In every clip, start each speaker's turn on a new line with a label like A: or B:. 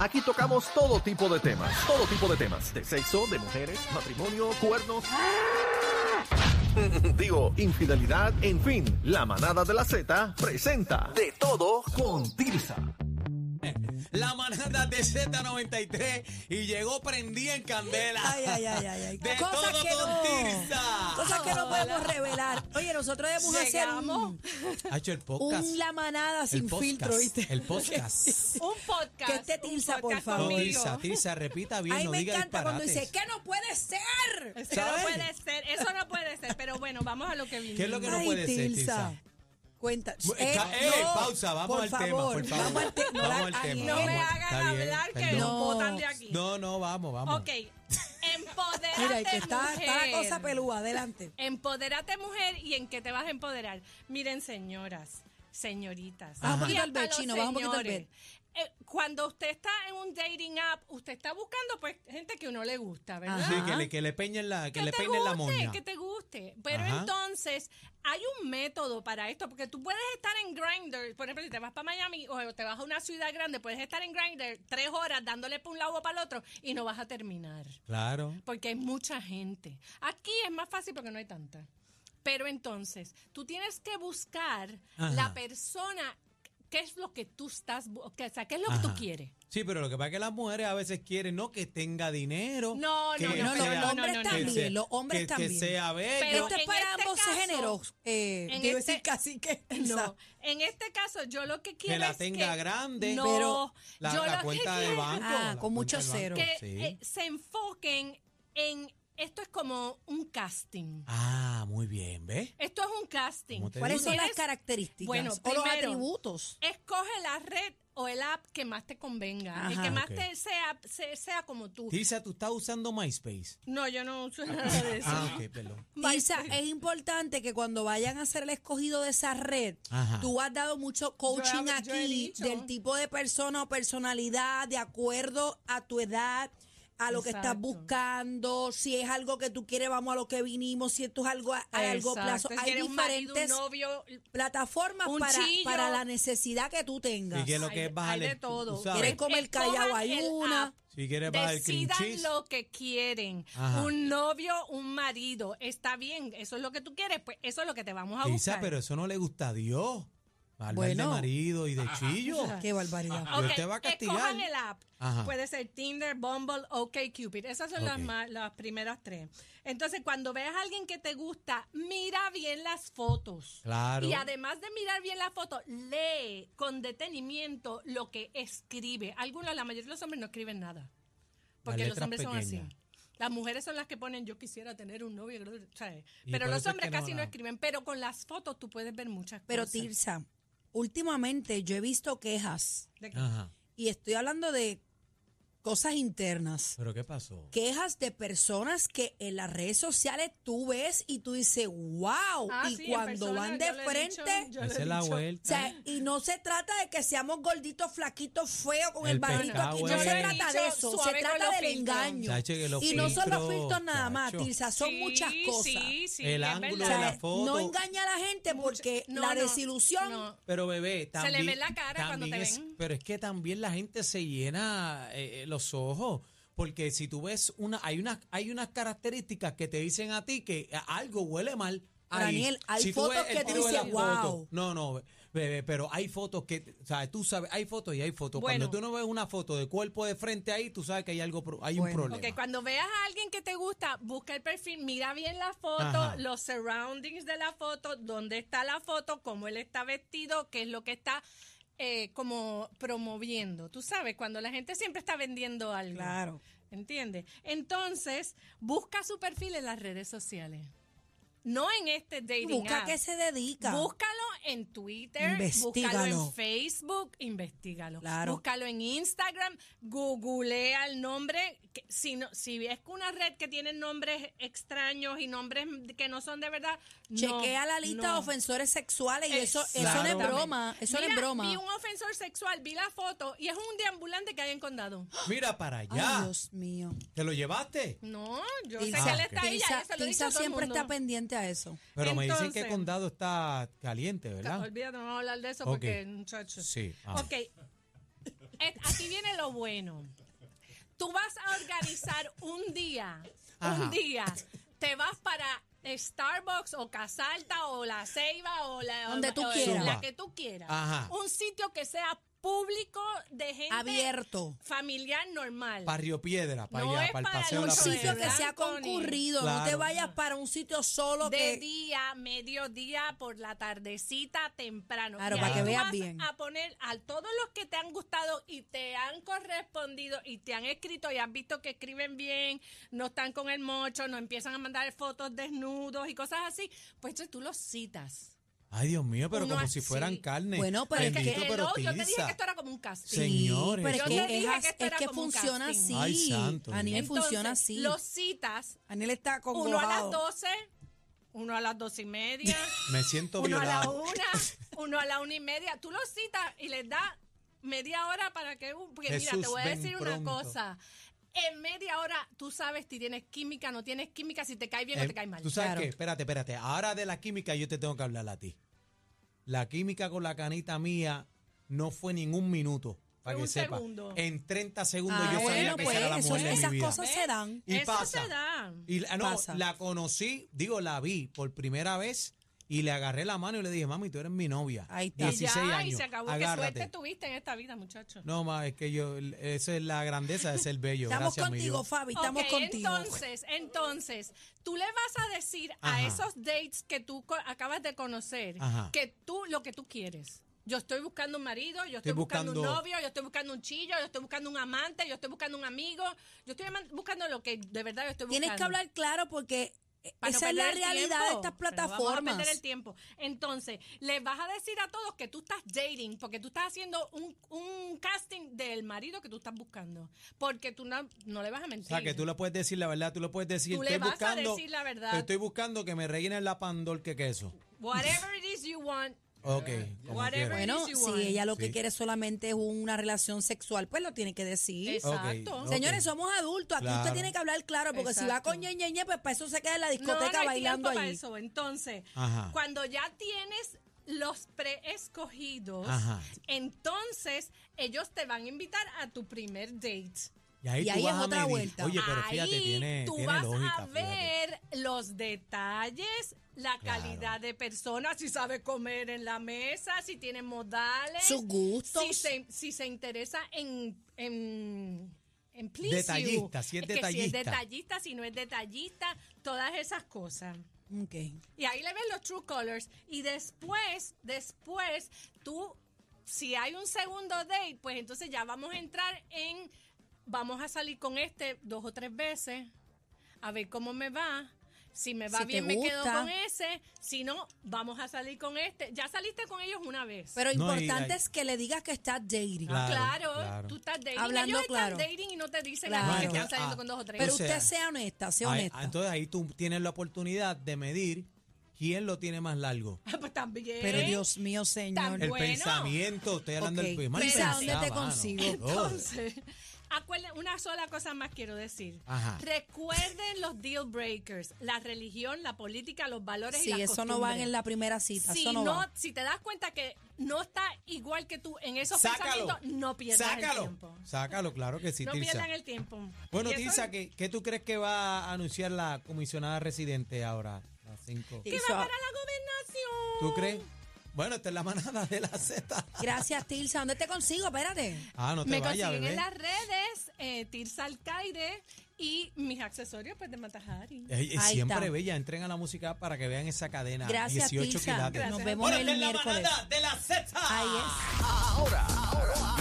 A: Aquí tocamos todo tipo de temas, todo tipo de temas, de sexo, de mujeres, matrimonio, cuernos, digo, infidelidad, en fin, la manada de la Z presenta de todo con Tirsa.
B: La manada de Z93 y llegó prendida en candela.
C: Ay, ay, ay, ay, ay.
B: De
C: Cosas
B: todo
C: que
B: con
C: no.
B: Tirsa.
C: Cosas que no podemos revelar. Oye, nosotros debemos hacer un,
B: Ha hecho el podcast.
C: un la manada
B: el
C: sin
B: podcast,
C: filtro, ¿viste?
B: El podcast.
D: Un podcast.
C: Que esté Tirsa,
D: un
C: por
D: podcast
C: favor.
B: No,
C: Amigo.
B: Tirsa, Tirsa, repita bien,
C: Ay,
B: no
C: me
B: diga
C: encanta cuando
B: disparates.
C: dice, ¿qué no puede ser?
D: Es que no
B: ¿Sabes?
D: puede ser, eso no puede ser, pero bueno, vamos a lo que vinimos.
B: ¿Qué es lo que no
C: Ay,
B: puede ser,
C: Tirsa.
B: Tirsa?
C: Cuenta.
B: Bu- ca- eh, pausa, vamos
C: por
B: al tema,
C: favor,
B: por favor.
C: Vamos al, te- no,
B: Vamos
C: la-
B: al
C: ay,
B: tema,
C: no
D: No
B: vamos.
D: me
C: me-
B: está
D: hagan
B: bien,
D: hablar que
B: perdón.
D: nos
C: No.
D: botan de aquí.
B: No, no, vamos, vamos.
D: Ok, empodérate
C: Mira, que está,
D: este mujer.
C: está la cosa pelúa, adelante.
D: Empodérate mujer y en qué te vas a empoderar. Miren, señoras, señoritas.
C: Baja un poquito
D: y
C: el
D: hasta
C: bed,
D: los
C: Chino, baja un poquito el
D: señores. Eh, Cuando usted está en un dating app, usted está buscando pues gente que uno le gusta, ¿verdad?
C: Ajá.
B: Sí, que le, que le peinen la, que le
D: te
B: peinen la
D: guste,
B: moña.
D: Que te guste. Pero
B: Ajá.
D: entonces hay un método para esto, porque tú puedes estar en Grindr, por ejemplo, si te vas para Miami o te vas a una ciudad grande, puedes estar en Grindr tres horas dándole para un lado o para el otro y no vas a terminar,
B: Claro.
D: porque hay mucha gente. Aquí es más fácil porque no hay tanta. Pero entonces, tú tienes que buscar
B: Ajá.
D: la persona, qué es lo que tú estás, bu- o sea, qué es lo que
B: Ajá.
D: tú quieres.
B: Sí, pero lo que pasa es que las mujeres a veces quieren no que tenga dinero.
D: No, no,
B: que
C: no,
D: no,
B: sea-
C: los hombres
D: no, no, no,
B: que
C: también,
B: sea-
C: los hombres
B: que-
C: también.
B: Que sea bello.
D: Pero-
C: Esto es
D: en
C: para
D: este
C: ambos
D: caso-
C: géneros. Eh,
D: en
C: digo,
D: este-
C: decir casi que.
D: No, en este caso yo lo que quiero
B: la
D: es
B: tenga
D: que-
B: grande,
D: no,
C: pero
B: La,
D: yo
B: la
D: lo
B: cuenta
D: que
B: de
D: quiero
B: banco.
C: Ah,
B: la
C: con mucho
B: cuenta del
C: cero.
B: banco,
D: que
B: sí.
D: eh, se enfoquen en esto es como un casting.
B: Ah, muy bien, ¿ves?
D: Esto es un casting.
B: ¿Cómo te
C: ¿Cuáles
B: digo?
C: son las
D: Tienes-
C: características
D: Bueno,
C: o los
D: primero,
C: atributos?
D: Escoge la red o el app que más te convenga, el
C: Ajá.
D: que más
B: Ok.
D: te sea, se- sea como tú.
B: Tirsa, tú estás usando MySpace.
D: No, yo no uso nada de eso.
B: Ah, ok, perdón.
D: Bye.
C: Isa, es importante que cuando vayan a hacer el escogido de esa red,
B: Ajá.
C: tú has dado mucho coaching
D: Yo he- yo he
C: aquí
D: dicho.
C: del tipo de persona o personalidad, de acuerdo a tu edad, a lo que estás
D: Exacto.
C: buscando, si es algo que tú quieres, vamos a lo que vinimos, si esto es algo a, a largo plazo.
D: Exacto. Si
C: Hay
D: eres un marido, un
C: diferentes
D: novio,
C: plataformas
D: un
C: para,
D: chillo.
C: para la necesidad que tú tengas.
B: Y que lo
D: hay-
B: que es
D: hay
B: bajarle.
D: de todo.
B: tú sabes,
C: ¿Quieres comer
D: Escojan
C: callao? Hay
D: el
C: una.
D: app.
B: si quieres bajar el cream
D: Decidan
B: cheese.
D: lo que quieren.
B: Ajá.
D: Un novio, un marido. Está bien, eso es lo que tú quieres, pues eso es lo que te vamos a
B: Tirsa,
D: buscar.
B: pero eso no le gusta a Dios. Hablar de
C: Bueno.
B: marido y de chillo.
C: Ah, Qué barbaridad.
B: Dios
D: Ok,
B: te va a castigar.
D: Escojan el app.
B: Ajá.
D: Puede ser Tinder, Bumble, OkCupid. Esas son las
B: Ok.
D: ma- las, primeras tres. Entonces, cuando veas a alguien que te gusta, mira bien las fotos.
B: Claro.
D: Y además de mirar bien las fotos, lee con detenimiento lo que escribe. Algunos, la mayoría de los hombres no escriben nada. Porque
B: Las
D: los
B: letras
D: hombres son
B: pequeñas.
D: así. Las mujeres son las que ponen yo quisiera tener un novio, ¿sabes?
B: Y
D: pero
B: por
D: los
B: eso es
D: hombres
B: que no
D: casi no,
B: la-
D: escriben, pero con las fotos tú puedes ver muchas
C: Pero
D: cosas.
C: Tirsa, últimamente yo he visto quejas
D: ¿De qué?
B: Ajá.
C: y estoy hablando de cosas internas.
B: ¿Pero qué pasó?
C: Quejas de personas que en las redes sociales tú ves y tú dices, wow,
D: Ah,
C: y
D: sí, en
C: cuando
D: persona,
C: van
D: yo
C: de
D: le he
C: frente,
D: dicho, yo le
B: Esa
D: he
B: es la
D: dicho.
C: o
B: vuelta.
C: sea, y no se trata de que seamos gorditos, flaquitos, feos, con el,
B: El
C: barrito
B: pecado
C: aquí, no
B: es-
C: se
B: Yo le he
C: trata
D: dicho,
C: de eso, se
D: suave con
C: trata
D: los
C: del
D: filtros.
C: engaño.
B: Chacho, que los
C: y no son los
B: filtros,
C: filtros nada más,
B: chacho.
C: Tirsa, son
D: Sí,
C: muchas cosas.
D: Sí, sí,
B: El
D: es
B: ángulo
C: O
B: de
C: sea,
B: la
D: verdad.
B: foto.
C: No engaña a la gente porque
D: No,
C: la
D: no,
C: desilusión
D: no.
B: Pero bebé,
D: Se le
B: también.
D: ve la cara cuando te
B: también es-
D: ven.
B: pero es que también la gente se llena eh, eh, los ojos. Porque si tú ves una, hay unas, hay unas características que te dicen a ti que a- algo huele mal. ahí.
C: Daniel, hay
B: tú
C: fotos
B: ves el
C: que tú
B: tiro de
C: dices,
B: la foto,
C: "Wow".
B: No, no, bebé, pero hay fotos que, o sea, tú sabes, hay fotos y hay fotos.
D: Bueno.
B: Cuando tú no ves una foto de cuerpo de frente ahí, tú sabes que hay algo, pro- hay
C: Bueno.
B: un problema.
D: Ok, cuando veas a alguien que te gusta, busca el perfil, mira bien la foto,
B: Ajá.
D: los surroundings de la foto, dónde está la foto, cómo él está vestido, qué es lo que está eh, como promoviendo. Tú sabes, cuando la gente siempre está vendiendo algo.
C: Claro.
D: ¿Entiendes? Entonces, busca su perfil en las redes sociales. no en este dating
C: Busca
D: app.
C: qué se dedica.
D: Búscalo en Twitter, búscalo
C: Investígalo.
D: en Facebook, investigalo.
C: Claro.
D: Búscalo en Instagram, googlea el nombre. que si, no, si es que una red que tiene nombres extraños y nombres que no son de verdad, no,
C: Chequea la lista
D: no.
C: de ofensores sexuales y eso, eso no es
B: Exactamente.
C: broma. Eso no
D: Mira,
C: es broma.
D: Vi un ofensor sexual, vi la foto y es un deambulante que hay en condado.
B: Mira para
C: Ay,
B: allá.
C: Dios mío.
B: ¿Te lo llevaste.
D: No, yo sé
C: Tilsa,
D: que él está ahí, ya
C: Tilsa-
D: yo se lo he dicho
C: Tilsa
D: a todo el
C: siempre
D: mundo.
C: está pendiente a eso.
B: Pero me dicen que
D: Entonces-
B: condado está caliente, ¿verdad?
D: Olvídate, no vamos a hablar de eso
B: Ok.
D: porque, muchachos.
B: Sí. ah.
D: Ok. Et- Aquí viene lo bueno. Tú vas a organizar un día,
B: Ajá.
D: un día, te vas para Starbucks o Casalta o La Ceiba o la,
C: Donde tú
D: o- o
C: quieras.
D: la que tú quieras.
B: Ajá.
D: Un sitio que sea público de gente
C: Abierto.
D: familiar normal.
B: Para Río Piedra, para
D: No
B: allá,
D: es
B: para el
D: para
B: paseo de
C: Un
B: la
D: Lucho de
C: sitio
B: Princesa.
C: que sea
D: Blanco, ni-
C: concurrido. No te
B: Claro.
C: vayas para un sitio solo
D: de
C: que.
D: día, mediodía, por la tardecita, temprano.
C: Claro,
D: Y
C: para
D: ahí
C: que
D: tú
C: veas
D: vas
C: bien.
D: A poner a todos los que te han gustado y te han correspondido y te han escrito y has visto que escriben bien, no están con el mocho, no empiezan a mandar fotos desnudos y cosas así, pues entonces tú los citas.
B: Ay, Dios mío, pero
D: Uno
B: como si
D: así.
B: fueran carne.
C: Bueno, pero es que-
B: Bendito,
D: Hello,
B: pero
D: yo te dije
B: tiza.
D: que esto era como un casting.
B: Sí. Señores.
C: pero es
D: Yo
C: que,
D: te dije
C: es,
D: que esto
C: es
D: era
C: que
D: como un
C: funciona así.
D: casting.
B: Ay, santo
C: a nivel
B: Dios.
D: Entonces,
C: funciona así.
D: Los citas,
C: Aniel está con
D: uno a las 12, uno a las 12 y media.
B: Me siento
D: uno a la
B: violado.
D: una, uno a la una y media. Tú los citas y les das media hora para que... Porque mira,
B: Jesús,
D: te voy a
B: ven
D: decir una
B: pronto.
D: cosa. En media hora tú sabes si tienes química, no tienes química, si te cae bien o
B: Eh,
D: te cae mal.
B: Tú sabes
C: Claro.
B: qué, espérate, espérate. Ahora de la química yo te tengo que hablar a ti. La química con la canita mía no fue ningún minuto, para
D: Fue
B: que
D: un
B: sepa.
D: segundo.
B: En 30 segundos
C: Ah,
B: yo sabía
C: bueno,
B: que
C: pues,
B: esa era la
C: eso-
B: mujer de
C: esas
B: mi vida.
C: cosas se dan.
B: Y
D: Eso
B: pasa.
D: se da.
B: Y la, no,
C: Pasa.
B: la conocí, digo, la vi por primera vez y le agarré la mano y le dije, mami, tú eres mi novia.
C: Ahí está.
B: 16
D: y ya,
B: años.
D: y se acabó. Qué
B: Agárrate.
D: suerte tuviste en esta vida, muchachos.
B: No, ma, es que yo, esa es la grandeza de ser bello.
C: Estamos
B: gracias, mi
C: contigo,
B: Dios.
C: Fabi, estamos
D: Ok,
C: contigo.
D: Entonces, entonces, tú le vas a decir
B: Ajá.
D: a esos dates que tú co- acabas de conocer
B: Ajá.
D: que tú lo que tú quieres. Yo estoy buscando un marido, yo
B: Estoy
D: estoy, buscando, un
B: buscando-
D: novio, yo estoy buscando un chillo, yo estoy buscando un amante, yo estoy buscando un amigo, yo estoy aman- buscando lo que de verdad yo estoy buscando.
C: Tienes que hablar claro porque
D: Para no
C: esa es la
D: perder el
C: realidad de
D: tiempo.
C: estas
D: Pero no Vamos a
C: plataformas.
D: perder el tiempo. Entonces, les vas a decir a todos que tú estás dating, porque tú estás haciendo un, un casting del marido que tú estás buscando. Porque tú no, no le vas a
B: O
D: mentir.
B: sea, que tú le puedes decir la verdad, tú le puedes decir,
D: Tú le
B: estoy
D: vas a
B: buscando,
D: decir la verdad.
B: estoy buscando que me rellenen la pandol que queso.
D: Whatever it is you want.
B: Ok, como
D: Whatever
B: quiera.
D: it
C: Bueno,
D: Sí,
C: si
D: Juan.
C: ella lo que
B: Sí.
C: quiere solamente es una relación sexual, pues lo tiene que decir.
D: Es- Exacto.
B: Ok, ok.
C: Señores, somos adultos. Aquí usted
B: Claro.
C: tiene que hablar claro, porque si va
D: Exacto.
C: con ñe, ñe, ñe, pues para eso se queda en la
D: No, no
C: discoteca
D: hay
C: bailando
D: tiempo para
C: ahí.
D: eso. Entonces,
B: Ajá.
D: cuando ya tienes los preescogidos,
B: Ajá.
D: entonces ellos te van a invitar a tu primer date.
B: Y ahí,
C: Y
B: tú
C: ahí
B: vas
C: es
B: a
C: otra
B: medir.
C: vuelta.
B: Oye, pero
D: Ahí
B: fíjate, tiene,
D: tú
B: tiene
D: vas
B: lógica.
D: a
B: fíjate.
D: ver los detalles, la
B: Claro.
D: calidad de persona, si sabe comer en la mesa, si tiene modales,
C: Sus gustos.
D: si se, si se interesa en... en en please you.
B: Detallista, si es
D: que si es
B: detallista.
D: detallista, si no es detallista, todas esas cosas.
C: Ok.
D: Y ahí le ves los true colors. Y después, después, tú, si hay un segundo date, pues entonces ya vamos a entrar en, vamos a salir con este dos o tres veces, a ver cómo me va. Si me va
C: Si te
D: bien, me quedo
C: gusta.
D: con ese. Si no, vamos a salir con este. Ya saliste con ellos una vez.
C: Pero
B: No, y-
C: importante
B: y-
C: es que le digas que está dating.
B: Claro,
D: claro,
B: claro.
D: tú estás dating.
C: Hablando
D: ellos están
C: claro.
D: dating y no te dicen a ti
C: Claro.
D: que están
B: Entonces,
D: saliendo
B: ah,
D: con dos o tres.
C: Pero
B: O
C: usted
B: sea,
C: sea honesta, sea
B: Ahí-
C: honesta.
B: entonces ahí tú tienes la oportunidad de medir quién lo tiene más largo.
D: pues también.
C: Pero Dios mío, señor.
B: El
D: Bueno.
B: pensamiento, estoy hablando
C: Ok,
B: del
C: pero
B: pensaba,
D: ¿dónde te
B: mano.
C: consigo?
D: Entonces, acuerden, una sola cosa más quiero decir.
B: Ajá.
D: Recuerden los deal breakers, la religión, la política, los valores y
C: Sí,
D: las
C: eso no van
D: costumbres.
C: en la primera cita.
D: Si,
C: eso no,
D: no-
C: va.
D: si te das cuenta que no está igual que tú en esos
B: Oh. Sácalo.
D: pensamientos, no pierdas
B: Sácalo.
D: el tiempo.
B: Sácalo, claro que sí,
D: no
B: Tirsa.
D: pierdan el tiempo.
B: Bueno,
D: Y eso-
B: Tirsa, ¿qué, qué tú crees que va a anunciar la comisionada residente ahora? Las cinco.
D: que
C: Eso-
D: va para la gobernación.
B: ¿Tú crees? Bueno, esta es la manada de la Z.
C: Gracias, Tilsa. ¿Dónde te consigo? Espérate.
B: Ah, no te
D: Me
B: vayas,
D: consiguen
B: bebé.
D: en las redes, eh, Tirsa Alcaide y mis accesorios pues de Matajari.
B: Ey, ey,
C: Ahí
B: siempre
C: está.
B: bella, entren a la música para que vean esa cadena.
C: Gracias,
B: 18
C: Tilsa.
B: quilates.
C: Nos
D: Gracias.
C: vemos
B: Bueno,
C: el
B: esta es la
C: miércoles.
B: manada de la Z.
C: Ahí es.
A: Ahora,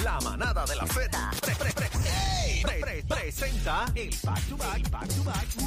A: la manada de la Z pre- pre- pre- pre- pre- presenta el back to back, back to back,